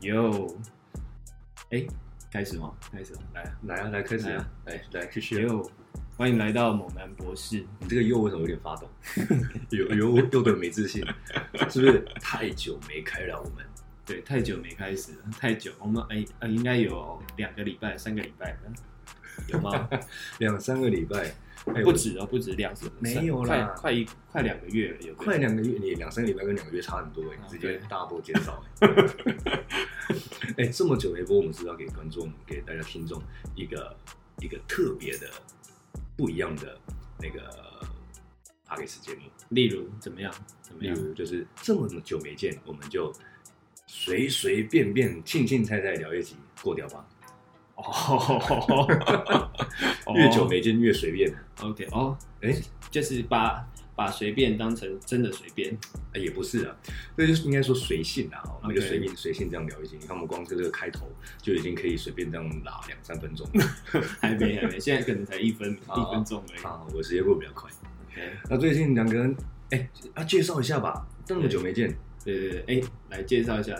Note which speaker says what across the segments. Speaker 1: 哟，哎，开始吗？开始了，
Speaker 2: 来啊来啊来开始啊，来来继续啊。
Speaker 1: 哟，欢迎来到猛男博士。
Speaker 2: 你这个又为什么有点发抖？ 有有有点没自信，是不是太久没开了？我们
Speaker 1: 对，太久没开始了，太久，我们哎呃，应该有两个礼拜、三个礼拜了，有吗？
Speaker 2: 两三个礼拜， 哎
Speaker 1: 不，止哦，不止两，
Speaker 2: 没有
Speaker 1: 快
Speaker 2: 啦
Speaker 1: 快一快两个月了，有
Speaker 2: 我快两个月，你两三个礼拜跟两个月差很多哎，
Speaker 1: 啊
Speaker 2: 你直接
Speaker 1: 对
Speaker 2: double 减少 哎。哎，这么久没播，我们是要给观众、给大家听众一个一个特别的、不一样的那个 p o d c a s 节目。
Speaker 1: 例如怎么样？怎么
Speaker 2: 例
Speaker 1: 样？
Speaker 2: 如就是这么久没见，我们就随随便便、庆庆菜菜聊一集，过掉吧。
Speaker 1: 哦，
Speaker 2: 越久没见越随便，啊
Speaker 1: OK 哦，
Speaker 2: 哎、
Speaker 1: 就是把把随便当成真的随 便。
Speaker 2: 哎也不是啊，那就是应该说随性啊，我们就
Speaker 1: OK
Speaker 2: 随便随性这样聊一集。你看我们光是这个开头就已经可以随便这样拉两 三分钟了
Speaker 1: 还没，还没，现在可能才一分
Speaker 2: 哦
Speaker 1: 一分钟而已。
Speaker 2: 啊，我时间过得比较快。
Speaker 1: OK，
Speaker 2: 那最近两个人，哎、啊介绍一下吧，这么久没见，
Speaker 1: 对对对，哎，来介绍一下，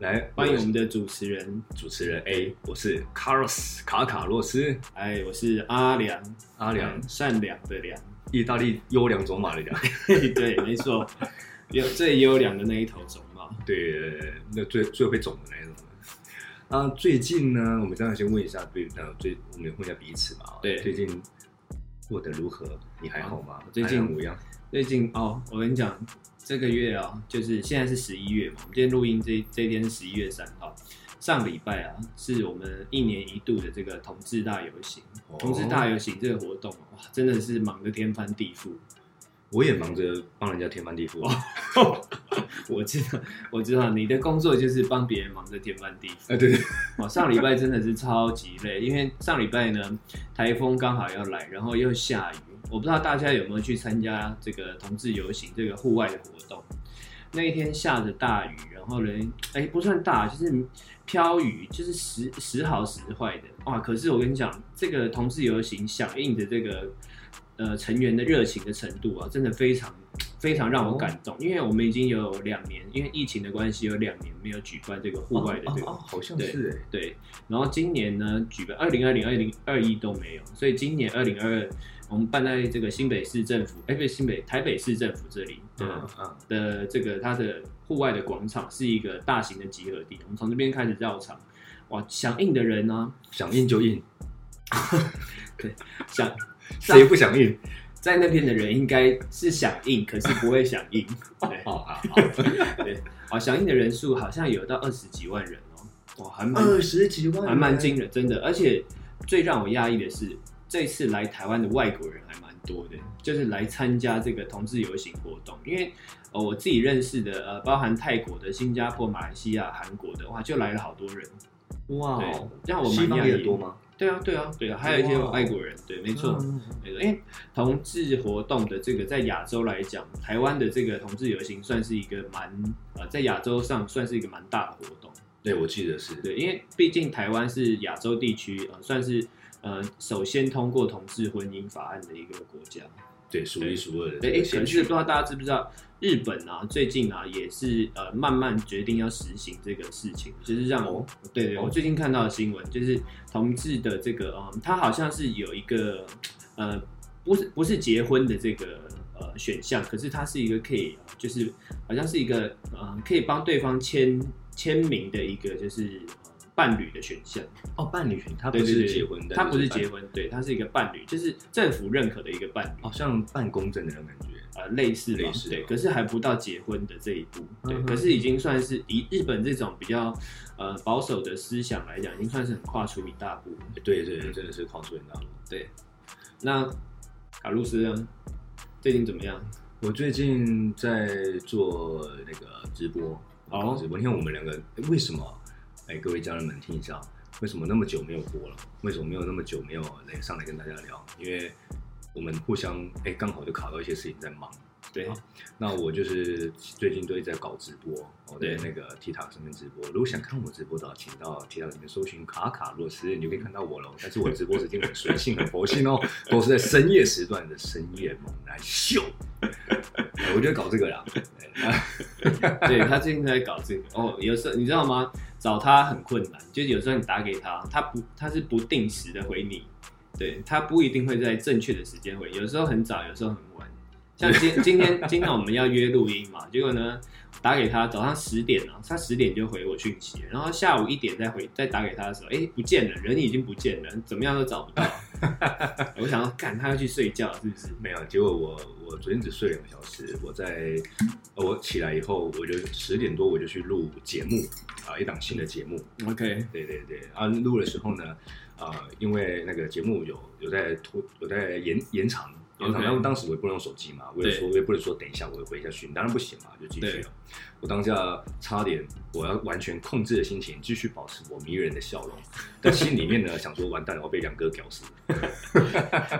Speaker 2: 来
Speaker 1: 欢迎我
Speaker 2: 我
Speaker 1: 们的主持人，
Speaker 2: 是主持人 A，我是 Carlos 卡卡洛斯
Speaker 1: 哎，我是阿良，
Speaker 2: 阿良，
Speaker 1: 善良的良，
Speaker 2: 意大利优良种马的良。
Speaker 1: 嘿对，没错，有最优良的那一头种嘛。
Speaker 2: 对，那最最会肿的那一种。啊，最近呢，我们当然先问一下对，呃，最我们问一下彼此嘛。啊
Speaker 1: 对
Speaker 2: 最近过得如何？你还好吗？
Speaker 1: 最近
Speaker 2: 还和我一样，
Speaker 1: 最近哦，我跟你讲，这个月啊、就是现在是十一月嘛，我们今天录音这这一天是十一月三号。上礼拜啊，是我们一年一度的这个同志大游行，
Speaker 2: 哦
Speaker 1: 同志大游行这个活动啊哇，真的是忙得天翻地覆。
Speaker 2: 我也忙着帮人家天翻地 覆。哎、
Speaker 1: 我知道，我知道你的工作就是帮别人忙得天翻地覆。
Speaker 2: 哎对对，
Speaker 1: 我哦上礼拜真的是超级累，因为上礼拜呢，台风刚好要来，然后又下雨。我不知道大家有没有去参加这个同志游行这个户外的活动。那一天下着大雨，然后呢，哎、不算大，就是飘雨，就是时时好时坏的哇。可是我跟你讲，这个同志游行响应的这个呃成员的热情的程度啊，真的非常非常让我感动，因为我们已经有两年，因为疫情的关系，有两年没有举办这个户外的这个
Speaker 2: 哦哦好像是哎、
Speaker 1: 对，然后今年呢，举办二零二零、二零二一都没有，所以今年二零二二，我们办在这个新北市政府，哎，不是新北，台北市政府这里的、
Speaker 2: 嗯嗯，
Speaker 1: 的这个它的户外的广场是一个大型的集合地，我们从这边开始绕场，哇，响应的人呢、
Speaker 2: 想应就应，
Speaker 1: 响
Speaker 2: 谁不想应？
Speaker 1: 在那边的人应该是响应，可是不会响应，对
Speaker 2: 好啊，
Speaker 1: 对，好，响应的人数好像有到二十几万人哦，哇，还蛮
Speaker 2: 二十几万人，
Speaker 1: 还蛮惊人，真的。而且最让我讶异的是，这次来台湾的外国人还蛮多的，就是来参加这个同志游行活动。因为呃，我自己认识的呃，包含泰国的、新加坡、马来西亚、韩国的，哇，就来了好多人。
Speaker 2: 哇
Speaker 1: 对
Speaker 2: 哦！，
Speaker 1: 让我
Speaker 2: 西
Speaker 1: 蛮
Speaker 2: 方
Speaker 1: 讶
Speaker 2: 也
Speaker 1: 异。
Speaker 2: 多？吗？
Speaker 1: 对啊，对啊，对啊，还有一些
Speaker 2: 哇
Speaker 1: 外国人，对，没错。
Speaker 2: 嗯，
Speaker 1: 没错，因为同志活动的这个在亚洲来讲，台湾的这个同志游行算是一个蛮呃，在亚洲上算是一个蛮大的活动。
Speaker 2: 对，我记得是。
Speaker 1: 对，因为毕竟台湾是亚洲地区，呃，算是呃首先通过同志婚姻法案的一个国家。
Speaker 2: 对，数一数二的。
Speaker 1: 对，哎，可
Speaker 2: 先
Speaker 1: 是
Speaker 2: 驱
Speaker 1: 不知道大家知不知道，日本啊，最近啊也是呃慢慢决定要实行这个事情，就是让我、
Speaker 2: 哦
Speaker 1: 对对，
Speaker 2: 哦
Speaker 1: 我最近看到的新闻就是同志的这个，嗯，他好像是有一个呃不是不是结婚的这个呃选项，可是它是一个可以呃就是好像是一个呃可以帮对方签签名的一个就是。呃伴侣的选项，
Speaker 2: 哦，伴侣群，他不
Speaker 1: 对对
Speaker 2: 是
Speaker 1: 对，
Speaker 2: 结婚，
Speaker 1: 他
Speaker 2: 但
Speaker 1: 不是
Speaker 2: 伴
Speaker 1: 结婚，对，他是一个伴侣，就是政府认可的一个伴侣。
Speaker 2: 好像办公证的那种感觉。
Speaker 1: 呃类似吧
Speaker 2: 类似
Speaker 1: 对，
Speaker 2: 吧
Speaker 1: 可是还不到结婚的这一步，对，
Speaker 2: 嗯哼
Speaker 1: 可是已经算是以日本这种比较呃保守的思想来讲，已经算是很跨出一大步了。
Speaker 2: 对对对，真的是跨出很大路。
Speaker 1: 对，那卡路斯呢？最近怎么样？
Speaker 2: 我最近在做那个直播，
Speaker 1: 哦
Speaker 2: 直播。你看我们两个诶为什么？哎，各位家人们听一下，为什么那么久没有播了？为什么没有那么久没哎有来上来跟大家聊？因为我们互相哎，刚好就卡到一些事情在忙。
Speaker 1: 对，
Speaker 2: 那我就是最近都一直在搞直播，我在
Speaker 1: 对
Speaker 2: 那个 TikTok 上面直播。如果想看我直播的话，请到 TikTok 里面搜寻卡卡洛斯，你就可以看到我了。但是我的直播时间很随性、很佛性哦，都是在深夜时段的深夜猛男秀。哎我就搞这个啦，
Speaker 1: 对他最近在搞这个哦，有时候你知道吗？找他很困难，就是有时候你打给他，他不他是不定时的回你，对他不一定会在正确的时间回，有时候很早，有时候很晚。像今今天今天我们要约录音嘛，结果呢打给他早上十点啊，他十点就回我讯息，然后下午一点再回再打给他的时候，哎、不见了，人已经不见了，怎么样都找不到。我想要干他要去睡觉是不是？
Speaker 2: 没有。结果我我昨天只睡两个小时，我在呃我起来以后，我就十点多我就去录节目啊、一档新的节目。
Speaker 1: OK，
Speaker 2: 对对对，啊，录的时候呢，呃，因为那个节目有有在拖，有在延延长，延长。
Speaker 1: OK
Speaker 2: 然后当时我也不能用手机嘛，我也
Speaker 1: 对
Speaker 2: 说，我也不能说等一下我回一下讯，当然不行嘛，就继续
Speaker 1: 对
Speaker 2: 了。我当下差点，我要完全控制的心情，继续保持我迷人的笑 容，但心里面呢想说，完蛋了，我被两哥屌死。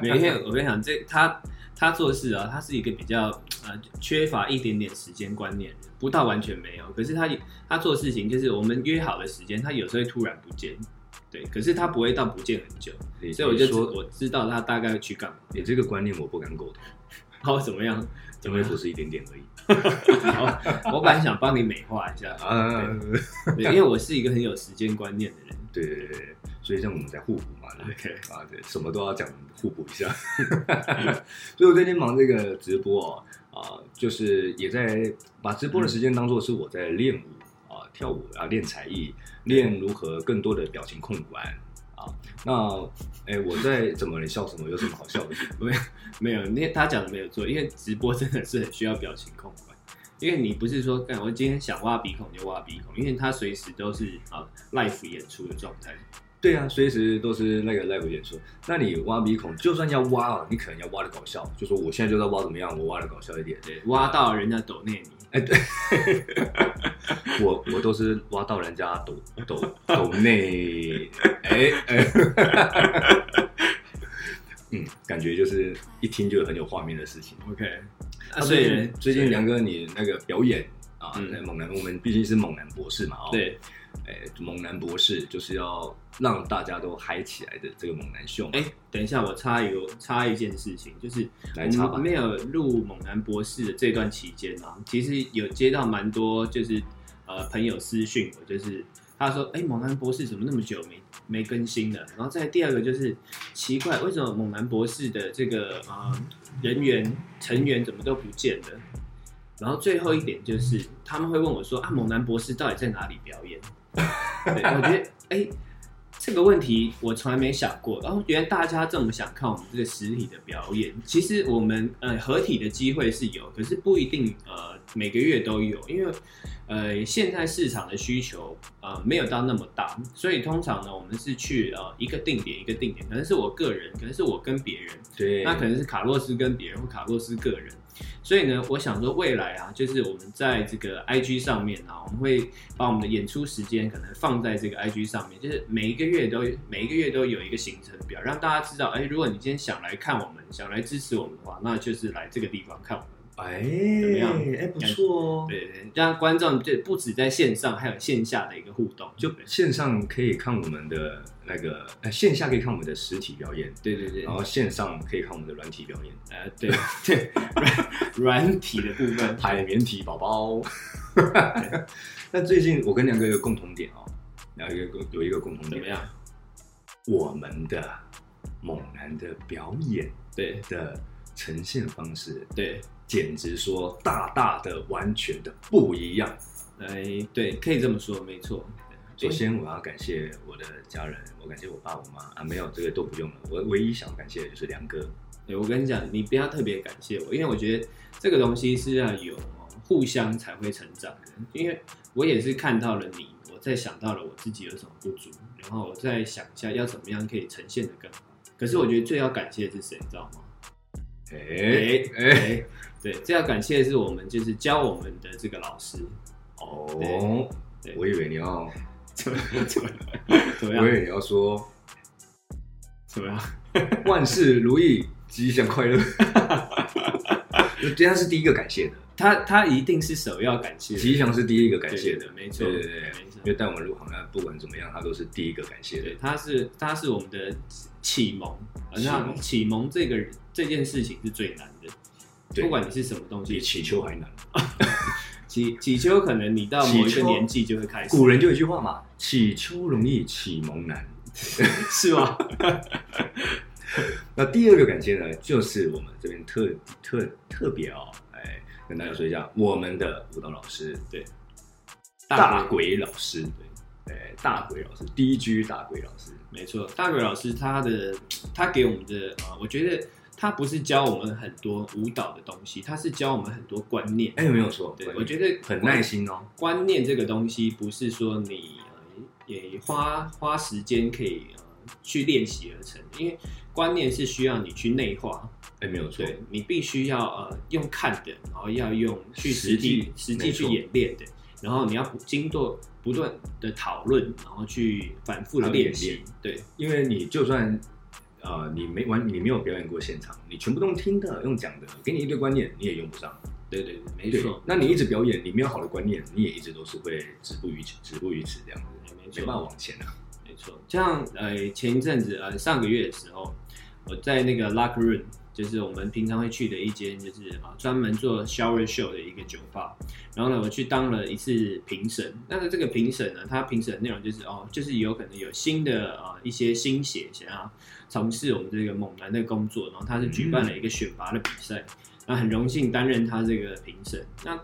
Speaker 1: 每一天，我跟你讲，这他他做事啊，他是一个比较呃缺乏一点点时间观念的，不到完全没有。可是他他做事情就是我们约好的时间，他有时候会突然不见，对，可是他不会到不见很久，
Speaker 2: 你
Speaker 1: 所以我就
Speaker 2: 你
Speaker 1: 知
Speaker 2: 说，
Speaker 1: 我知道他大概会去干嘛，
Speaker 2: 你这个观念我不敢 苟同，
Speaker 1: 然后怎么样，怎
Speaker 2: 因
Speaker 1: 么
Speaker 2: 为
Speaker 1: 样
Speaker 2: 不。是一点点而已
Speaker 1: 好我本来想帮你美化一下，
Speaker 2: 啊。
Speaker 1: 对因为我是一个很有时间观念的人。
Speaker 2: 对对对对，所以这样我们才互补嘛，对不对
Speaker 1: OK，
Speaker 2: 啊，对，什么都要讲互补一下。所以我最近忙这个直播啊、啊就是也在把直播的时间当做是我在练舞啊、跳舞啊、练才艺、练如何更多的表情控管啊。那哎，我在怎么你笑什么？有什么好笑的？
Speaker 1: 没有，那他讲的没有错，因为直播真的是很需要表情控管，因为你不是说，干我今天想挖鼻孔就挖鼻孔，因为他随时都是啊 live 演出的状态。
Speaker 2: 对啊，随时都是那个 live 演出。那你挖鼻孔，就算要挖啊，你可能要挖的搞笑，就说我现在就在挖怎么样，我挖的搞笑一点。
Speaker 1: 对，挖到人家抖内你，
Speaker 2: 我我都是挖到人家抖抖抖内，哎哎，嗯，感觉就是一听就很有画面的事情。
Speaker 1: ，OK，啊，所以呢
Speaker 2: 最近梁哥你那个表演啊，
Speaker 1: 嗯
Speaker 2: 那猛男我们毕竟是猛男博士嘛，哦，，
Speaker 1: 对，
Speaker 2: 哎，猛男博士就是要让大家都嗨起来的这个猛男秀嘛，
Speaker 1: 哎、等一下，我插一个插一件事情，就是
Speaker 2: 来插
Speaker 1: 我
Speaker 2: 吧
Speaker 1: 嗯们，没有录猛男博士的这段期间啊，其实有接到蛮多就是呃朋友私讯我，就是他说，哎、猛男博士怎么那么久没没更新了？然后再第二个就是奇怪，为什么猛男博士的这个呃人员成员怎么都不见了？然后最后一点就是他们会问我说啊，猛男博士到底在哪里表演？对，我觉得哎、这个问题我从来没想过。然后原来大家这么想看我们这个实体的表演，其实我们呃合体的机会是有，可是不一定呃每个月都有，因为呃现在市场的需求呃没有到那么大，所以通常呢我们是去呃一个定点一个定点，可能是我个人，可能是我跟别人，
Speaker 2: 对，
Speaker 1: 那可能是卡洛斯跟别人或卡洛斯个人。所以呢，我想说未来啊，就是我们在这个 IG 上面啊，我们会把我们的演出时间可能放在这个 IG 上面，就是每一个月都有每一个月都有一个行程表，让大家知道，哎，如果你今天想来看我们，想来支持我们的话，那就是来这个地方看我们。
Speaker 2: 哎
Speaker 1: 怎么样，
Speaker 2: 哎，不错哦，
Speaker 1: 对对，让观众就不止在线上，还有线下的一个互动。
Speaker 2: 就线上可以看我们的那个，呃，线下可以看我们的实体表演，
Speaker 1: 对对对，
Speaker 2: 然后线上可以看我们的软体表演，
Speaker 1: 呃，对对， 软软体的部分，
Speaker 2: 海绵体宝 宝。那最近我跟梁哥有共同点哦，然后有一个有一个共同
Speaker 1: 怎么
Speaker 2: 点，
Speaker 1: 样？
Speaker 2: 我们的猛男的表演
Speaker 1: 对
Speaker 2: 的呈现方式，
Speaker 1: 对，
Speaker 2: 简直说大大的、完全的不一样。
Speaker 1: 哎，对，可以这么说，没错。
Speaker 2: 首先，我要感谢我的家人，我感谢我爸我妈啊，没有这个都不用了。我唯一想感谢的就是梁哥，
Speaker 1: 对，我跟你讲，你不要特别感谢我，因为我觉得这个东西是要有互相才会成长的。因为我也是看到了你，我再想到了我自己有什么不足，然后我再想一下要怎么样可以呈现的更好。可是我觉得最要感谢的是谁，你知 道吗？
Speaker 2: 哎、
Speaker 1: 哎
Speaker 2: 哎
Speaker 1: 哎，对，最要感谢的是我们就是教我们的这个老师，
Speaker 2: 哦
Speaker 1: 对，
Speaker 2: 我以为你要，
Speaker 1: 怎么怎么哎怎么
Speaker 2: 我以
Speaker 1: 样？
Speaker 2: 为你要说
Speaker 1: 怎么样？
Speaker 2: 万事如意，吉祥快乐。今天是第一个感谢的，
Speaker 1: 他他一定是首要感谢的，
Speaker 2: 吉祥是第一个感谢的
Speaker 1: 对，对对没错
Speaker 2: 对对对
Speaker 1: 没错，
Speaker 2: 因为带我们入行，他不管怎么样，他都是第一个感谢的
Speaker 1: 对，。他是他是我们的启蒙，好
Speaker 2: 启
Speaker 1: 像
Speaker 2: 蒙
Speaker 1: 启蒙这个人这件事情是最难的，
Speaker 2: 对
Speaker 1: 不管你是什么东西，
Speaker 2: 比祈求还难。
Speaker 1: 祈祈求可能你到某一
Speaker 2: 祈
Speaker 1: 个
Speaker 2: 求
Speaker 1: 年纪就会开始，
Speaker 2: 古人就有一句话嘛：“祈求容易，启蒙难。
Speaker 1: 是吗？”
Speaker 2: 那第二个感谢呢，就是我们这边特特特别哦，哎，跟大家说一下，我们的舞蹈老师，对，大
Speaker 1: 鬼
Speaker 2: 鬼老师，对，哎，大鬼老师，DG 大鬼老师，
Speaker 1: 没错，大鬼老师他的他给我们的啊、呃我觉得他不是教我们很多舞蹈的东西，他是教我们很多观念。
Speaker 2: 哎，有没有错？
Speaker 1: 对，我觉得
Speaker 2: 很耐心哦。
Speaker 1: 观念这个东西不是说你呃也花花时间可以呃去练习而成的，因为观念是需要你去内化，
Speaker 2: 哎，没有错，
Speaker 1: 对你必须要呃用看的，然后要用去实际实
Speaker 2: 实
Speaker 1: 际
Speaker 2: 际
Speaker 1: 去
Speaker 2: 没错
Speaker 1: 演练的，然后你要不经过不断的讨论，然后去反复的
Speaker 2: 还有
Speaker 1: 练
Speaker 2: 演
Speaker 1: 习
Speaker 2: 练，
Speaker 1: 对，
Speaker 2: 因为你就算呃你没完，你没有表演过现场，你全部都用听的，用讲的，给你一堆观念，你也用不上。
Speaker 1: 对对对，没
Speaker 2: 对
Speaker 1: 错，
Speaker 2: 那你一直表演，你没有好的观念，你也一直都是会止步于止步于此这样子，
Speaker 1: 没
Speaker 2: 没办法
Speaker 1: 错，
Speaker 2: 往前啊。
Speaker 1: 没错。像呃前一阵子呃上个月的时候，我在那个 Lock Room，就是我们平常会去的一间，就是啊专门做 shower show 的一个酒吧。然后呢，我去当了一次评审。那这个评审呢，他评审的内容就是哦，就是有可能有新的啊、呃一些新血想要从事我们这个猛男的工作，然后他是举办了一个选拔的比赛。那很荣幸担任他这个评审。那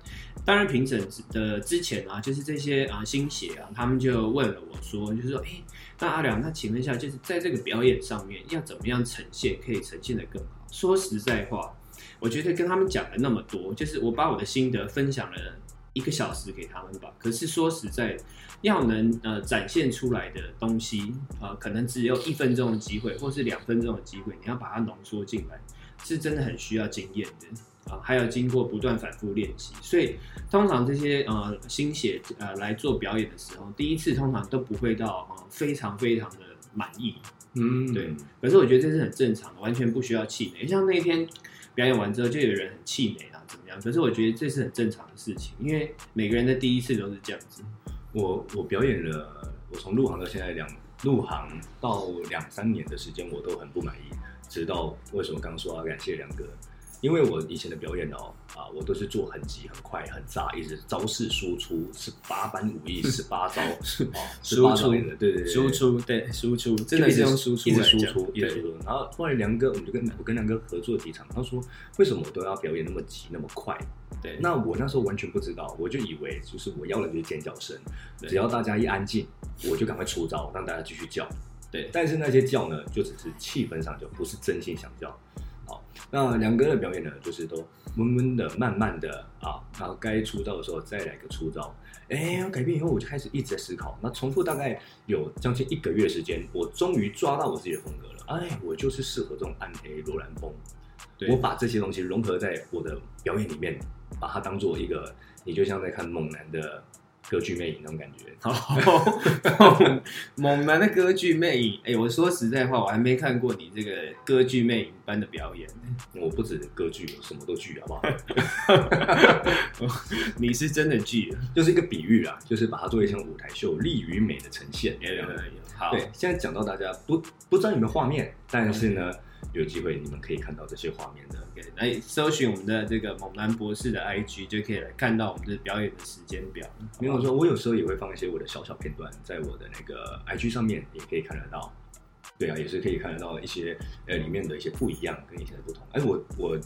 Speaker 1: 担任评审的之前啊，就是这些啊新血啊，他们就问了我说，就是说，哎、那阿良，那请问一下，就是在这个表演上面要怎么样呈现，可以呈现的更好？说实在话，我觉得跟他们讲了那么多，就是我把我的心得分享了一个小时给他们吧。可是说实在，要能呃展现出来的东西，呃，可能只有一分钟的机会，或是两分钟的机会，你要把它浓缩进来，是真的很需要经验的。啊，还有经过不断反复练习，所以通常这些呃新血呃来做表演的时候，第一次通常都不会到呃非常非常的满意，
Speaker 2: 嗯
Speaker 1: 对可是我觉得这是很正常的，完全不需要气馁。像那天表演完之后，就有人很气馁啊，怎么样？可是我觉得这是很正常的事情，因为每个人的第一次都是这样子。
Speaker 2: 我我表演了，我从入行到现在两入行到两三年的时间，我都很不满意。直到为什么刚刚说要感谢梁哥，因为我以前的表演哦啊，我都是做很急、很快、很炸，一直招式输出，十八般武艺，十八招，哦，十八
Speaker 1: 输
Speaker 2: 招
Speaker 1: 出
Speaker 2: 的，对对对，对
Speaker 1: 输出对输出，真
Speaker 2: 就
Speaker 1: 的
Speaker 2: 一直
Speaker 1: 是用输出
Speaker 2: 一直
Speaker 1: 来
Speaker 2: 输
Speaker 1: 讲
Speaker 2: 出，一直输
Speaker 1: 对
Speaker 2: 出。然后后来梁哥，我们就跟我跟梁哥合作几场，他说为什么我都要表演那么急那么快？
Speaker 1: 对，
Speaker 2: 那我那时候完全不知道，我就以为就是我要的就是尖叫声，
Speaker 1: 对
Speaker 2: 只要大家一安静，我就赶快出招，让大家继续叫。
Speaker 1: 对
Speaker 2: 但是那些叫呢，就只是气氛上叫，不是真心想叫。好，那梁哥的表演呢，就是都温温的、慢慢的啊，然后该出招的时候再来个出招。哎，我改变以后，我就开始一直在思考。那重复大概有将近一个月时间，我终于抓到我自己的风格了。哎，我就是适合这种暗黑罗兰风。
Speaker 1: 对
Speaker 2: 我把这些东西融合在我的表演里面，把它当做一个，你就像在看猛男的歌剧魅影那种感觉。
Speaker 1: 好，猛男的歌剧魅影，哎、我说实在话，我还没看过你这个歌剧魅影般的表演，
Speaker 2: 我不止歌剧，有什么都剧，好不好？
Speaker 1: 你是真的剧了，
Speaker 2: 就是一个比喻啊，就是把它作为一项舞台秀，力与美的呈现。
Speaker 1: 有有有有，好，
Speaker 2: 对，现在讲到大家不不知道有没有画面，但是呢，有机会你们可以看到这些画面的。
Speaker 1: OK，来搜寻我们的这个猛男博士的 IG 就可以来看到我们的表演的时间表。
Speaker 2: 没有说，我有时候也会放一些我的小小片段在我的那个 IG 上面，也可以看得到。对啊，也是可以看得到一些呃里面的一些不一样跟以前的不同。哎，我我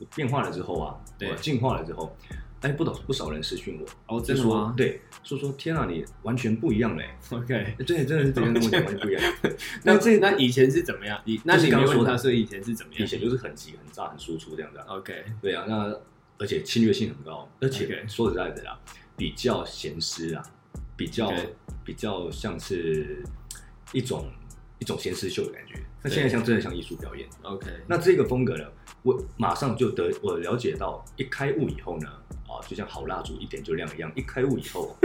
Speaker 2: 我变化了之后啊，
Speaker 1: 对
Speaker 2: 我进化了之后，哎，不少不少人私讯我，
Speaker 1: 哦，
Speaker 2: 就
Speaker 1: 真的
Speaker 2: 说
Speaker 1: 吗
Speaker 2: 对，说说天啊，你完全不一样嘞！
Speaker 1: ？OK，
Speaker 2: 对，真的是这样跟我讲完全不一样。
Speaker 1: 那
Speaker 2: 那
Speaker 1: 这
Speaker 2: 这
Speaker 1: 那以前是怎么样？你那
Speaker 2: 就是
Speaker 1: 你
Speaker 2: 刚
Speaker 1: 没
Speaker 2: 刚
Speaker 1: 问
Speaker 2: 说的
Speaker 1: 他说以前是怎么样
Speaker 2: 以前就是很急、很炸、很输出这样子、啊。
Speaker 1: ？OK，
Speaker 2: 对啊，那而且侵略性很高，而且
Speaker 1: OK
Speaker 2: 说实在的啦，比较闲湿啊，比较
Speaker 1: OK
Speaker 2: 比较像是一种一种闲湿秀的感觉。那
Speaker 1: 对
Speaker 2: 现在像嗯真的像艺术表演。
Speaker 1: OK，
Speaker 2: 那这个风格呢，我马上就得我了解到，一开悟以后呢，啊，就像好蜡烛一点就亮一样，一开悟以后，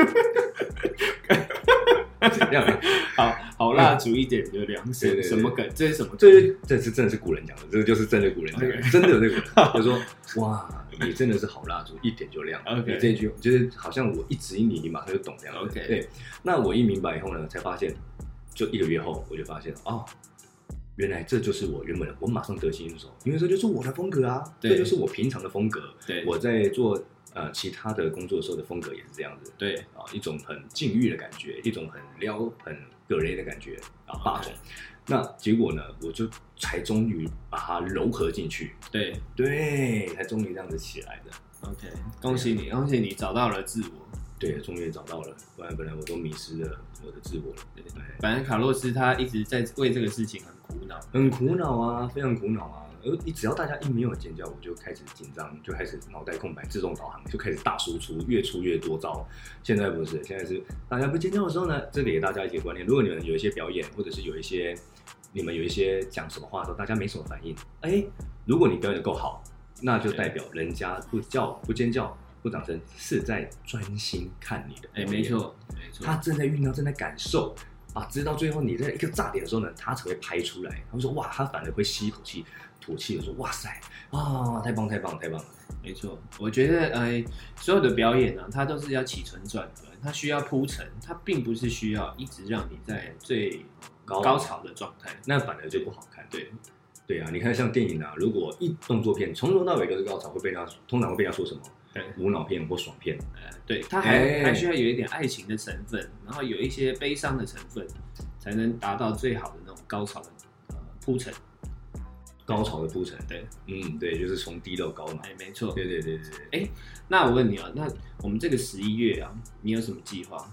Speaker 2: 怎样？
Speaker 1: 好好蜡烛一点就凉，
Speaker 2: 嗯对
Speaker 1: 什
Speaker 2: 对对
Speaker 1: 什么梗？这是什么梗？
Speaker 2: 这这是真的是古人讲的，这个就是真的古人讲的
Speaker 1: OK
Speaker 2: 真的有这个人，他说哇，你真的是好蜡烛，一点就亮。
Speaker 1: OK
Speaker 2: 你这一句就是好像我一指引你，你马上就懂这样子。
Speaker 1: OK
Speaker 2: 对，那我一明白以后呢，才发现，就一个月后我就发现哦。原来这就是我原本的，我马上得心应手，因为这就是我的风格啊，
Speaker 1: 对
Speaker 2: 这就是我平常的风格。
Speaker 1: 对，
Speaker 2: 我在做呃其他的工作的时候的风格也是这样子，
Speaker 1: 对
Speaker 2: 啊，一种很禁欲的感觉，一种很撩、很个人的感觉啊，霸总。那结果呢，我就才终于把它糅合进去，
Speaker 1: 对
Speaker 2: 对，才终于这样子起来的。
Speaker 1: ，OK，恭喜你，恭喜你找到了自我。
Speaker 2: 对，终于找到了，不然本来我都迷失了我的自我了。对对，
Speaker 1: 反正卡洛斯他一直在为这个事情很苦恼。
Speaker 2: 很苦恼啊，非常苦恼啊。而你只要大家一没有尖叫，我就开始紧张，就开始脑袋空白，自动导航，就开始大输出，越出越多招。现在不是，现在是大家不尖叫的时候呢，这里给大家一些观念：如果你们有一些表演，或者是有一些你们有一些讲什么话的时候，大家没什么反应，哎、如果你表演的够好，那就代表人家不叫、不尖叫、不掌声，是在专心看你的。
Speaker 1: 哎、没，错，没错，
Speaker 2: 他正在酝酿，正在感受啊，直到最后你在一个炸点的时候呢，他才会拍出来。他会说哇，他反而会吸一口气，吐气，我说哇塞啊，太棒太棒太棒了。
Speaker 1: 没错。我觉得，哎、所有的表演呢、啊，它都是要起承转合，它需要铺陈，它并不是需要一直让你在最
Speaker 2: 高
Speaker 1: 高潮的状态。
Speaker 2: 那反而就不好看。
Speaker 1: 对，
Speaker 2: 对啊，你看像电影啊，如果一动作片从头到尾都是高潮，会被人家通常会被人家说什么
Speaker 1: 对，
Speaker 2: 无脑片或爽片。
Speaker 1: 呃，对，它还、
Speaker 2: 哎
Speaker 1: 还需要有一点爱情的成分，然后有一些悲伤的成分，才能达到最好的那种高潮的呃铺陈。
Speaker 2: 高潮的铺陈，
Speaker 1: 对，
Speaker 2: 嗯，对，就是从低到高嘛
Speaker 1: 哎、。没错。
Speaker 2: 对对对对对。
Speaker 1: 哎那我问你啊，那我们这个十一月啊，你有什么计划？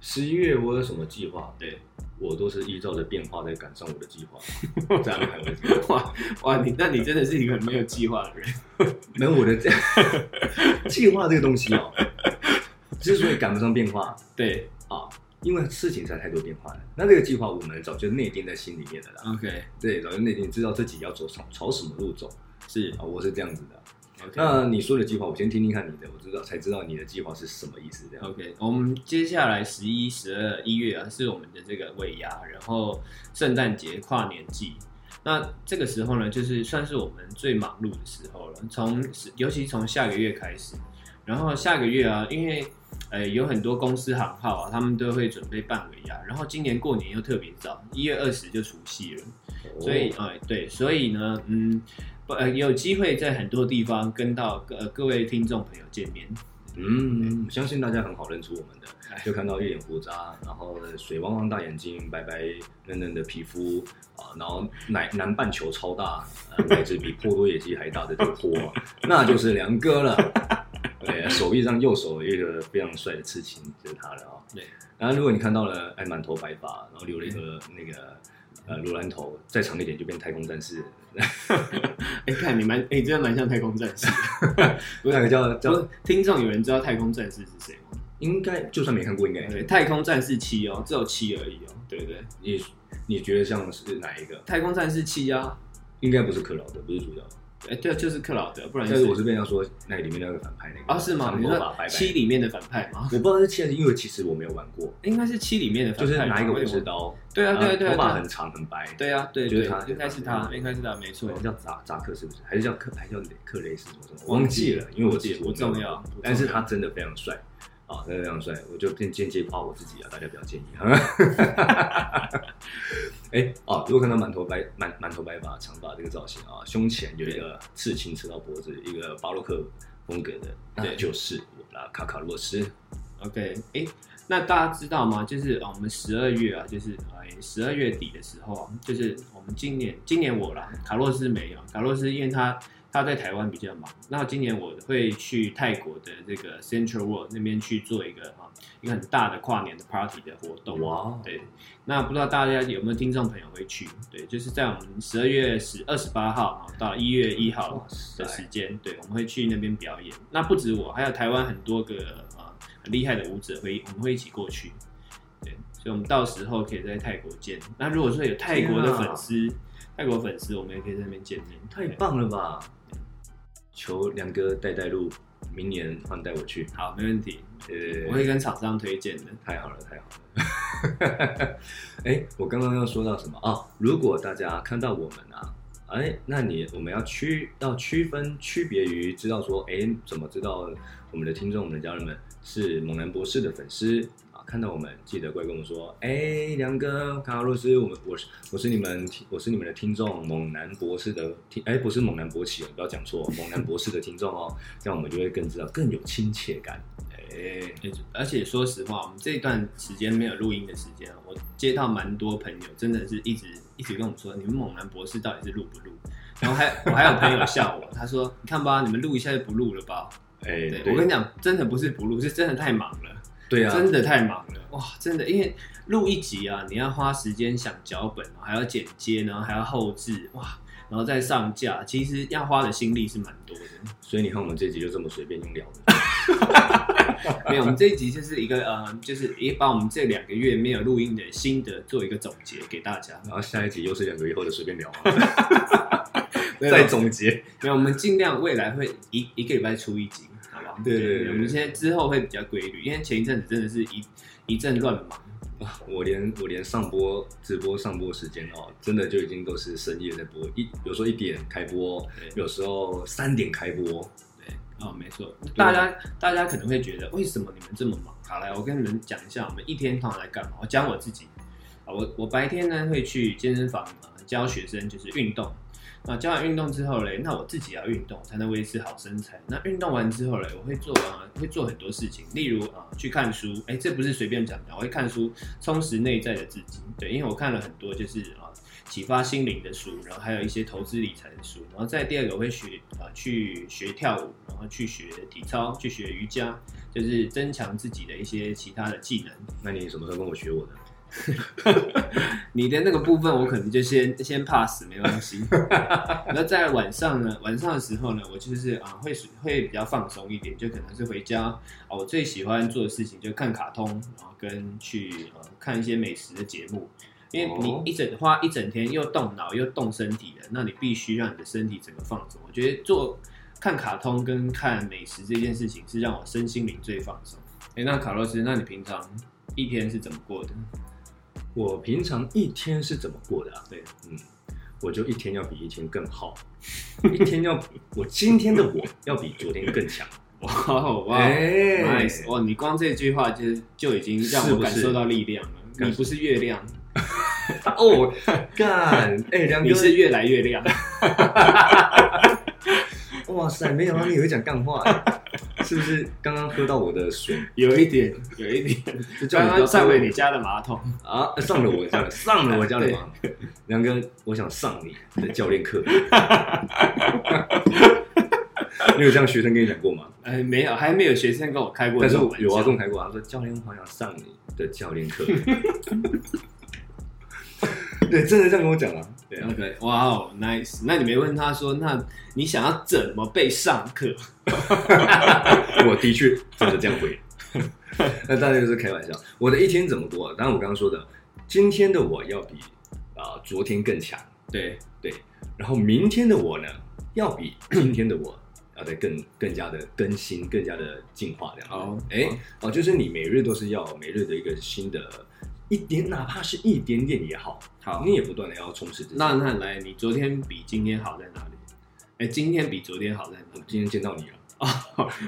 Speaker 2: 十一月我有什么计划？
Speaker 1: 对，
Speaker 2: 我都是依照着变化在赶上我的计 划，在安排我的计划。
Speaker 1: 哇哇，你那你真的是一个没有计划的人。
Speaker 2: 没有我的计划这个东西哦， 之所以赶不上变化
Speaker 1: 对
Speaker 2: 啊，因为事情实在太多变化了。那这个计划我们早就内定在心里面的啦，
Speaker 1: ，OK，
Speaker 2: 对，早就内定知道自己要走朝朝什么路走
Speaker 1: 是
Speaker 2: 啊，我是这样子的。
Speaker 1: OK。
Speaker 2: 那你说的计划，我先听听看你的，我知道才知道你的计划是什么意思。这样
Speaker 1: OK，我们接下来十一、十二、一月啊，是我们的这个尾牙，然后圣诞节、跨年季。那这个时候呢，就是算是我们最忙碌的时候了。从尤其从下个月开始，然后下个月啊，因为呃有很多公司行号啊，他们都会准备办尾牙，然后今年过年又特别早，一月二十就除夕了。所以
Speaker 2: 哦
Speaker 1: 呃对，所以呢，嗯，不呃有机会在很多地方跟到呃各位听众朋友见面。
Speaker 2: 嗯，我相信大家很好认出我们的，
Speaker 1: 哎
Speaker 2: 就看到一脸胡渣，然后水汪汪大眼睛，白白嫩嫩的皮肤啊，然后南南半球超大，呃乃至比波多野鸡还大的这个 波，那就是梁哥了。对，手臂上右手有一个非常帅的刺青，就是他了啊、
Speaker 1: 对，
Speaker 2: 然后如果你看到了，哎，满头白发，然后留了一个那个呃罗兰头，再长一点就变太空战士，
Speaker 1: 哎、看你蛮，哎、真的蛮像太空战士。
Speaker 2: 那个叫
Speaker 1: 不
Speaker 2: 叫
Speaker 1: 是， 听众有人知道太空战士是谁吗？
Speaker 2: 应该就算没看过，应该
Speaker 1: 对，太空战士七哦，只有七而已哦，对不对？
Speaker 2: 你你觉得像是哪一个？
Speaker 1: 太空战士七啊，
Speaker 2: 应该不是克劳德，不是主角。
Speaker 1: 哎、对啊，就是克劳德，不然
Speaker 2: 但是我是被他说那里面那个反派那个
Speaker 1: 啊是吗？
Speaker 2: 长
Speaker 1: 你
Speaker 2: 头发
Speaker 1: 说
Speaker 2: 白白，
Speaker 1: 七里面的反派吗？
Speaker 2: 我不知道是七还是因为其实我没有玩过，
Speaker 1: 应该是七里面的反
Speaker 2: 就
Speaker 1: 派
Speaker 2: 是
Speaker 1: 吧，
Speaker 2: 拿一个
Speaker 1: 我
Speaker 2: 武
Speaker 1: 也
Speaker 2: 士
Speaker 1: 忘
Speaker 2: 刀，
Speaker 1: 对啊
Speaker 2: 然后
Speaker 1: 对啊对啊
Speaker 2: 头发
Speaker 1: 对啊
Speaker 2: 很长很白，
Speaker 1: 对啊，对
Speaker 2: 就是
Speaker 1: 对
Speaker 2: 他，嗯
Speaker 1: 应该是他，
Speaker 2: 对
Speaker 1: 应该是他，没错
Speaker 2: 对，。叫扎扎克是不是？还是叫克还是叫克雷斯什么什么？我忘记了，因为我其实
Speaker 1: 不
Speaker 2: 我没有
Speaker 1: 重
Speaker 2: 玩
Speaker 1: 要
Speaker 2: 过，
Speaker 1: 不重要
Speaker 2: 但是他真的非常帅啊，真的非常帅，我就间间接夸我自己啊，大家不要介意啊。 哎哦，如果看到满头白满满头白发、长发这个造型啊，胸前有一个刺青刺到脖子，一个巴洛克风格的，那
Speaker 1: 对
Speaker 2: 就是我啦，卡卡洛斯。
Speaker 1: OK，哎、那大家知道吗？就是、呃我们十二月啊，就是哎十二月底的时候啊，就是我们今年今年我啦，卡洛斯没有，卡洛斯因为他他在台湾比较忙，那今年我会去泰国的这个 Central World 那边去做一个啊一个很大的跨年的 party 的活动。啊
Speaker 2: 哇，
Speaker 1: 对，那不知道大家有没有听众朋友会去？对，就是在我们十二月十二十八号然后到一月一号
Speaker 2: 哇塞
Speaker 1: 的时间，对，我们会去那边表演。那不止我，还有台湾很多个呃很厉害的舞者会，我们会一起过去。对，所以我们到时候可以在泰国见。那如果说有泰国的粉丝，泰国粉丝，我们也可以在那边见面。
Speaker 2: 啊太
Speaker 1: 对！
Speaker 2: 棒了吧！求梁哥带带路，明年换带我去。
Speaker 1: 好，没问题，
Speaker 2: 呃
Speaker 1: 我会跟厂商推荐的。
Speaker 2: 太好了，太 哦好了。哎、我刚刚要说到什么啊？如果大家看到我们啊，哎，那你我们要区要区分区别于知道说，哎，怎么知道我们的听众、我们的家人们是猛男博士的粉丝啊？看到我们记得过来跟我们说，哎，梁哥、卡洛斯，我们我是我是你们听我是你们的听众，猛男博士的听，哎，不是猛男博起哦，不要讲错，猛男博士的听众哦，这样我们就会更知道，更有亲切感。哎，
Speaker 1: 而且说实话，我们这一段时间没有录音的时间，啊我接到蛮多朋友，真的是一直一直跟我们说，你们猛男博士到底是录不录？然后还我还有朋友笑我，他说：“你看吧，你们录一下就不录了吧？”
Speaker 2: 哎，
Speaker 1: 对
Speaker 2: 对
Speaker 1: 我跟你讲，真的不是不录，是真的太忙了，
Speaker 2: 对啊，
Speaker 1: 真的太忙了，哇，真的，因为录一集啊，你要花时间想脚本，还要剪接，然后还要后置，哇，然后再上架，其实要花的心力是蛮多的。
Speaker 2: 所以你看我们这集就这么随便用聊的。
Speaker 1: 没有，我们这一集就是一个呃，就是也把我们这两个月没有录音的心得做一个总结给大家。
Speaker 2: 然后下一集又是两个月后的随便聊、啊， 再
Speaker 1: 啊
Speaker 2: 总结。
Speaker 1: 没有，我们尽量未来会一一个礼拜出一集，好吧？
Speaker 2: 对对对
Speaker 1: 我们现在之后会比较规律，因为前一阵子真的是一一阵乱忙。
Speaker 2: 我连我连上播直播上播时间哦，真的就已经都是深夜在播，一有时候一点开播，
Speaker 1: 对，
Speaker 2: 有时候三点开播。
Speaker 1: 哦，没错，大家大家可能会觉得为什么你们这么忙？好，来，我跟你们讲一下，我们一天通常在干嘛？我讲我自己啊，我我白天呢会去健身房、呃、教学生就是运动。啊，教完运动之后嘞，那我自己也要运动才能维持好身材。那运动完之后嘞，我会做啊、会做很多事情，例如啊、去看书，哎、这不是随便讲讲，我会看书充实内在的自己。对，因为我看了很多就是啊、启发心灵的书，然后还有一些投资理财的书，然后再第二个我会学啊、去学跳舞，然后去学体操，去学瑜伽，就是增强自己的一些其他的技能。
Speaker 2: 那你什么时候跟我学我的？
Speaker 1: 你的那个部分，我可能就先先 pass 没关系。那在晚上呢，晚上的时候呢，我就是啊、会会比较放松一点，就可能是回家啊、我最喜欢做的事情就看卡通，然后跟去呃看一些美食的节目。因为
Speaker 2: 哦
Speaker 1: 你一整花一整天又动脑又动身体的，那你必须让你的身体整个放松。我觉得做看卡通跟看美食这件事情是让我身心灵最放松。哎、那卡洛斯，那你平常一天是怎么过的？
Speaker 2: 我平常一天是怎么过的啊？
Speaker 1: 对，
Speaker 2: 嗯，我就一天要比一天更好，一天要比我今天的我要比昨天更强。
Speaker 1: 哇哦 哇哦
Speaker 2: 哎
Speaker 1: Nice，哇！你哦光这句话就就已经让
Speaker 2: 是
Speaker 1: 我
Speaker 2: 不是
Speaker 1: 感受到力量了。
Speaker 2: 感
Speaker 1: 你不是月亮，
Speaker 2: 哦，干，哎、梁哥
Speaker 1: 你，是越来越 亮。
Speaker 2: 哇塞，没想到你也会讲干 话、欸是不是？刚刚喝到我的水，
Speaker 1: 有一点，有一点。
Speaker 2: 就叫
Speaker 1: 刚
Speaker 2: 你不要
Speaker 1: 刚上了
Speaker 2: 了
Speaker 1: 你家的马桶，
Speaker 2: 啊，上了我的家了，上了我家的嘛。梁哥，我想上你的教练课。你有这样学生跟你讲过吗？
Speaker 1: 哎，没有，还没有学生跟我开过
Speaker 2: 但
Speaker 1: 这
Speaker 2: 是
Speaker 1: 种
Speaker 2: 我
Speaker 1: 玩
Speaker 2: 有啊，
Speaker 1: 笑。
Speaker 2: 仲开过，他说教练，我好想上你的教练 课。对，真的这样跟我讲啊。对啊，
Speaker 1: OK，哇哦，Nice。那你没问他说，那你想要怎么被上课？
Speaker 2: 我的确真的这样回。 那当然就是开玩笑。我的一天怎么过？啊当然我刚刚说的，今天的我要比啊、昨天更强，
Speaker 1: 对，
Speaker 2: 然后明天的我呢，要比 今天的我要再更更加的更新，更加的进化这样。
Speaker 1: 哦
Speaker 2: 哎、哦，就是你每日都是要每日的一个新的，一点哪怕是一点点也好，
Speaker 1: 好
Speaker 2: 你也不断的要充实自己。
Speaker 1: 那那来，你昨天比今天好在哪里？哎，今天比昨天好在哪
Speaker 2: 我
Speaker 1: 里？
Speaker 2: 今天见到你了，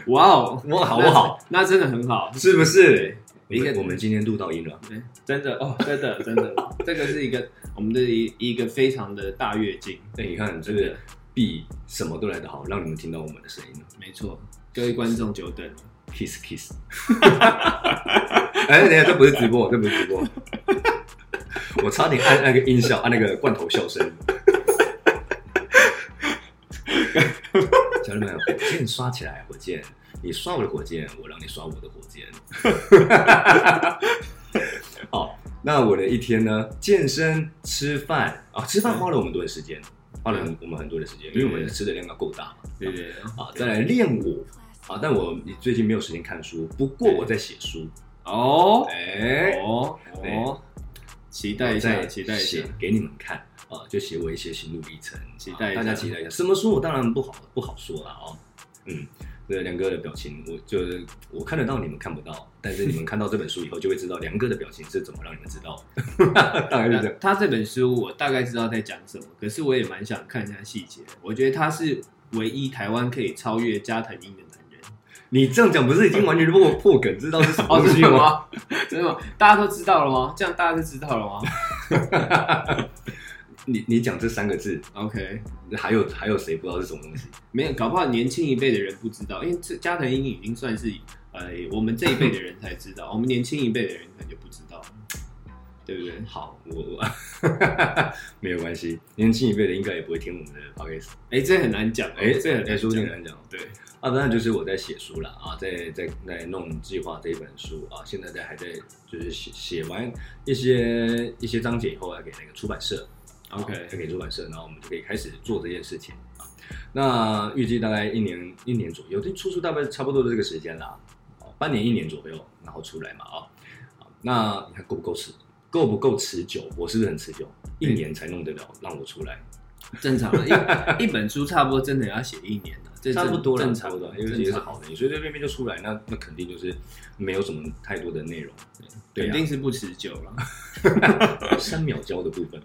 Speaker 1: 哇哦，
Speaker 2: 哇，好不好？
Speaker 1: 那？那真的很好，
Speaker 2: 是不是？
Speaker 1: 一
Speaker 2: 我
Speaker 1: 个
Speaker 2: 们我们今天录到音了，
Speaker 1: 对，真的哦，真的真的，这个是一个我们的一一个非常的大跃进，
Speaker 2: 哎，你看这个比什么都来得好，让你们听到我们的声音了
Speaker 1: 没错，各位观众久等了。
Speaker 2: ，kiss kiss。哎，等一下，这不是直播，这不是直播， 我差点按那个音效，按那个罐头笑声。家人们，火箭哎刷起来，火箭！你刷我的火箭，我让你刷我的火箭。好，那我的一天呢？健身、吃饭啊，吃饭花了我们多的时间，花了很我们很多的时间，因为我们吃的量要够大嘛。
Speaker 1: 对对对
Speaker 2: 啊，再来练舞啊，但我最近没有时间看书，不过我在写书。
Speaker 1: 哦
Speaker 2: 哎、
Speaker 1: 哦哦，期待一下，
Speaker 2: 在
Speaker 1: 哦期待一下
Speaker 2: 写，给你们看啊，就写我一些心路历程，
Speaker 1: 期待一下
Speaker 2: 啊大家期待一下。什么书我当然不好不好说了哦，嗯，对梁哥的表情，我就是我看得到，你们看不到，但是你们看到这本书以后，就会知道梁哥的表情是怎么让你们知道的。 大概是这样。
Speaker 1: 他这本书我大概知道在讲什么，可是我也蛮想看一下细节。我觉得他是唯一台湾可以超越加藤鹰的男人。
Speaker 2: 你这样讲不是已经完全破破梗，知道是什 么
Speaker 1: 哦
Speaker 2: 东西了吗？？
Speaker 1: 真的吗？大家都知道了吗？这样大家就知道了吗
Speaker 2: 你你讲这三个字，
Speaker 1: ？OK，
Speaker 2: 还有还有谁不知道是什么东西？
Speaker 1: 没有，搞不好年轻一辈的人不知道，因为这加藤鹰已经算是呃我们这一辈的人才知 道，我们年轻一辈的人可能就不知道了，对不对？
Speaker 2: 好，我 我没有关系，年轻一辈的应该也不会听我们的 podcast。
Speaker 1: 哎，这很难讲哦，
Speaker 2: 哎，
Speaker 1: 这很
Speaker 2: 来
Speaker 1: 难
Speaker 2: 说
Speaker 1: 说
Speaker 2: 这个难讲
Speaker 1: 对，
Speaker 2: 啊，当然就是我在写书了啊，在在在弄计划这一本书啊，现在在还在就是写写完一些一些章节以后，要给那个出版社
Speaker 1: OK
Speaker 2: 啊要给出版社，然后我们就可以开始做这件事情啊。那预计大概一年一年左右，就出书大概差不多的这个时间啦，哦半年一年左右，然后出来嘛啊。好那你看够不够持够不够持久？我是不是很持久？一年才弄得了，让我出来。
Speaker 1: 正常的，一 一本书差不多真的要写一年了，这
Speaker 2: 差不
Speaker 1: 正
Speaker 2: 多了，
Speaker 1: 正
Speaker 2: 差不
Speaker 1: 常
Speaker 2: 多了，
Speaker 1: 的，
Speaker 2: 因为其
Speaker 1: 正
Speaker 2: 实是
Speaker 1: 常
Speaker 2: 好的，你随随便便就出来，那那肯定就是没有什么太多的内容，对
Speaker 1: 肯
Speaker 2: 啊
Speaker 1: 定是不持久了。
Speaker 2: 三秒交的部分，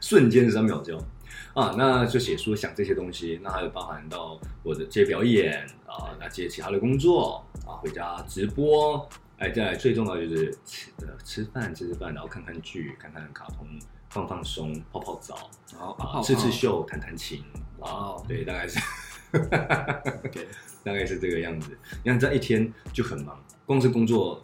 Speaker 2: 瞬间三秒交啊，那就写书想这些东西，那还有包含到我的接表演啊，那接其他的工作啊，回家直播，哎，再来最重要就是吃呃吃饭吃吃饭，然后看看剧，看看卡通，放放松，泡泡澡
Speaker 1: 然后
Speaker 2: 啊，刺刺绣，弹弹琴啊
Speaker 1: 哇，哦
Speaker 2: 对，大概是。
Speaker 1: ，OK，
Speaker 2: 大概是这个样子。你看这一天就很忙，光是工作，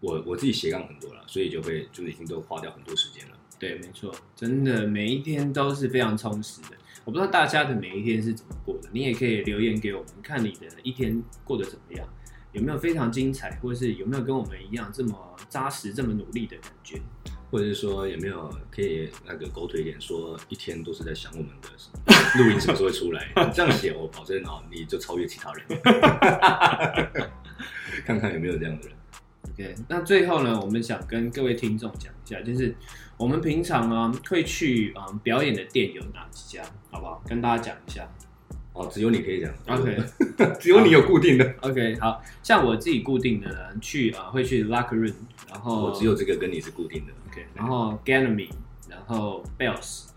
Speaker 2: 我我自己斜杠很多了，所以就会就是已经都花掉很多时间了。
Speaker 1: 对，没错，真的每一天都是非常充实的。我不知道大家的每一天是怎么过的，你也可以留言给我们，看你的一天过得怎么样，有没有非常精彩，或是有没有跟我们一样这么扎实、这么努力的感觉？
Speaker 2: 或者是说有没有可以那个狗腿一点说，一天都是在想我们的录音什么时候会出来？这样写我保证哦，你就超越其他人。 看看有没有这样的人。
Speaker 1: OK，那最后呢，我们想跟各位听众讲一下，就是我们平常啊会去嗯表演的店有哪几家，好不好？跟大家讲一下。
Speaker 2: 哦，只有你可以讲
Speaker 1: OK
Speaker 2: 只有你有固定的，
Speaker 1: OK，好像我自己固定的呢，去啊、呃会去 Locker Room，然后
Speaker 2: 我只有这个跟你是固定的。
Speaker 1: OK，然后 Ganemy，然后 Bells，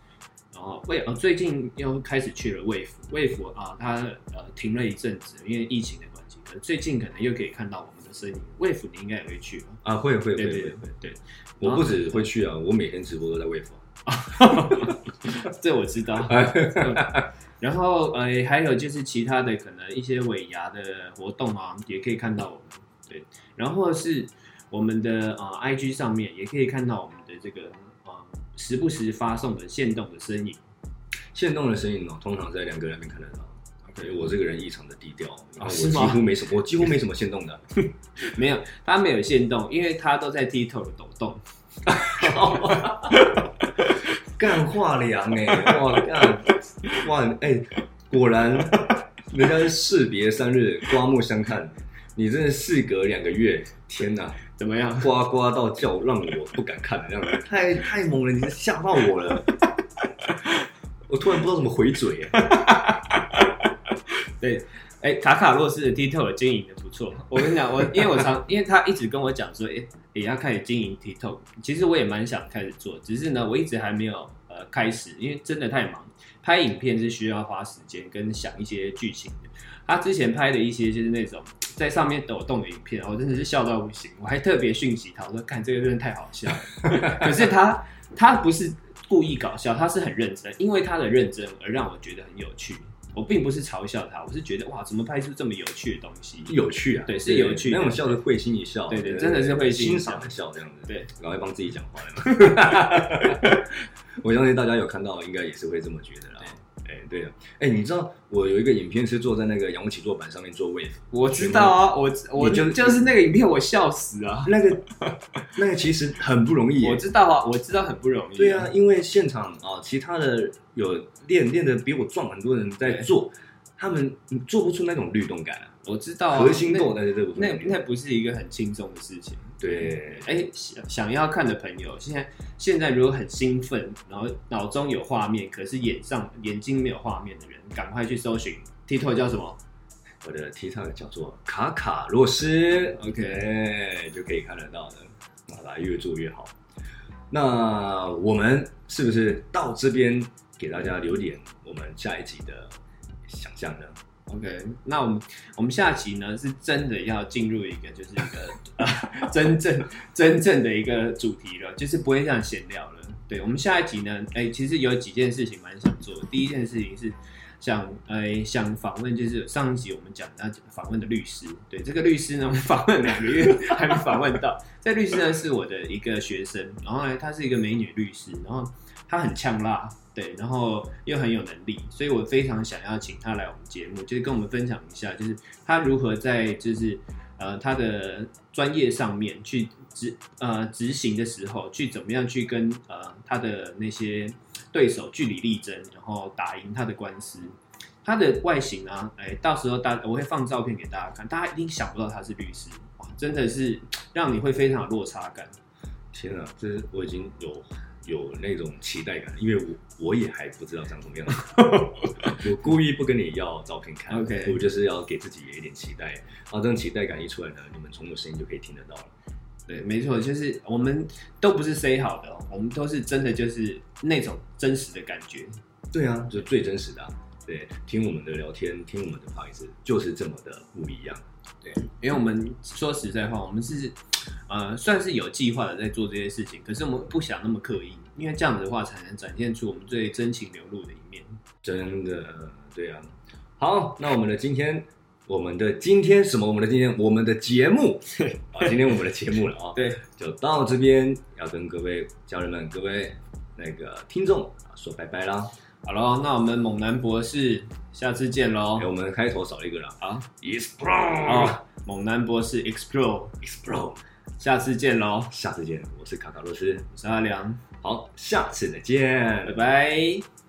Speaker 1: 然后魏呃最近又开始去了魏府，魏府啊，它呃停了一阵子，因为疫情的关系，可是最近可能又可以看到我们的身影。魏府你应该也会去吧？
Speaker 2: 啊，会会会
Speaker 1: 对
Speaker 2: 会
Speaker 1: 对
Speaker 2: 会，
Speaker 1: 对，
Speaker 2: 我不止会去啊，我每天直播都在喂佛。
Speaker 1: 这我知道。然后呃，还有就是其他的可能一些尾牙的活动啊，也可以看到我们对，然后是我们的呃 IG 上面也可以看到我们的这个呃时不时发送的限动的身影。
Speaker 2: 现动的身影哦，通常在两个人那边看得到。因为我这个人异常的低调，然后我
Speaker 1: 是
Speaker 2: 几
Speaker 1: 吗
Speaker 2: 乎没什么，我几乎没什么现动的。
Speaker 1: 没有，他没有限动，因为他都在 TikTok 抖动。
Speaker 2: 干话良哎、哇干哇哎、果然人家是士别三日，刮目相看。你真的事隔两个月，天哪，
Speaker 1: 怎么样？
Speaker 2: 呱呱到叫，让我不敢看的样子，太太猛了，你吓到我了。 我突然不知道怎么回嘴、哎
Speaker 1: 对，哎、卡卡洛斯的 TikTok 经营的不错。我跟你讲，我因为我常，因为他一直跟我讲说，哎、也要开始经营 TikTok。其实我也蛮想开始做，只是呢，我一直还没有呃开始，因为真的太忙。拍影片是需要花时间跟想一些剧情的。他之前拍的一些就是那种在上面抖动的影片，我真的是笑到不行。我还特别讯息他，我说：“看这个真的太好笑了。” 可是他他不是故意搞笑，他是很认真，因为他的认真而让我觉得很有趣。我并不是嘲笑他，我是觉得哇，怎么拍出这么有趣的东西？
Speaker 2: 有趣啊，
Speaker 1: 对是有趣的
Speaker 2: 那种笑是会心一笑，
Speaker 1: 对对真的是会心一
Speaker 2: 欣
Speaker 1: 笑
Speaker 2: 赏的笑这样子，
Speaker 1: 对，
Speaker 2: 然后帮自己讲话了。 我相信大家有看到，应该也是会这么觉得啦。哎，对啊，哎，你知道我有一个影片是坐在那个仰卧起坐板上面做 wave，
Speaker 1: 我知道啊，我我
Speaker 2: 你就
Speaker 1: 就就是那个影片，我笑死啊！
Speaker 2: 那个 那个其实很不容易耶，
Speaker 1: 我知道啊，我知道很不容易、
Speaker 2: 对啊，，因为现场啊、其他的有练练的比我壮很多人在
Speaker 1: 对
Speaker 2: 做，他们做不出那种律动感啊，
Speaker 1: 我知道、啊、
Speaker 2: 核心
Speaker 1: 那
Speaker 2: 够，但是这不出
Speaker 1: 那
Speaker 2: 种律动
Speaker 1: 那不是一个很轻松的事情。
Speaker 2: 对。
Speaker 1: 哎，想想要看的朋友，现在现在如果很兴奋，然后脑中有画面，可是眼上眼睛没有画面的人，赶快去搜寻 TikTok 叫什么
Speaker 2: 我的 TikTok 叫做卡卡洛斯
Speaker 1: OK
Speaker 2: ，OK 就可以看得到的。好啦，越做越好。那我们是不是到这边给大家留点我们下一集的想象呢？
Speaker 1: OK，那我们我们下集呢是真的要进入一个就是一个、 呃真正真正的一个主题了，就是不会像闲聊了。对我们下一集呢，哎、其实有几件事情蛮想做的。第一件事情是想哎、想访问，就是上一集我们讲到访问的律师，对这个律师呢，我们访问两个月还没访问到。这律师呢是我的一个学生，然后呢她是一个美女律师，然后她很呛辣，对，然后又很有能力，所以我非常想要请她来我们节目，就是跟我们分享一下，就是她如何在就是呃她的专业上面去执呃执行的时候，去怎么样去跟呃她的那些对手据理力争，然后打赢她的官司。她的外形啊，哎、到时候大我会放照片给大家看，大家一定想不到她是律师，哇，真的是让你会非常有落差感。
Speaker 2: 天啊，这是我已经有有那种期待感了，因为我我也还不知道长什么样子。我故意不跟你要照片看
Speaker 1: OK
Speaker 2: 我就是要给自己有一点期待。啊，这种期待感一出来呢，你们从我声音就可以听得到了。
Speaker 1: 对，没错，就是我们都不是 say 好的哦、我们都是真的就是那种真实的感觉。
Speaker 2: 对啊，就是最真实的啊、对，听我们的聊天，听我们的 p o d 就是这么的不一样。
Speaker 1: 因为我们说实在话，我们是呃算是有计划的在做这些事情，可是我们不想那么刻意，因为这样子的话才能展现出我们最真情流露的一面。
Speaker 2: 真的，对啊。好，那我们的今天，我们的今天什么？我们的今天，我们的节目 啊，今天我们的节目了啊，
Speaker 1: 对，
Speaker 2: 就到这边，要跟各位家人们、各位那个听众啊说拜拜啦。
Speaker 1: 好喽，那我们猛男博士下次见喽
Speaker 2: 哎、。我们开头少了一个啦
Speaker 1: 好，
Speaker 2: ，explode，explode，、
Speaker 1: 啊，猛男博士 explore，
Speaker 2: Explode
Speaker 1: 下次见喽。
Speaker 2: 下次见，我是卡卡洛斯，
Speaker 1: 我是阿良，
Speaker 2: 好，下次再见，
Speaker 1: 拜拜。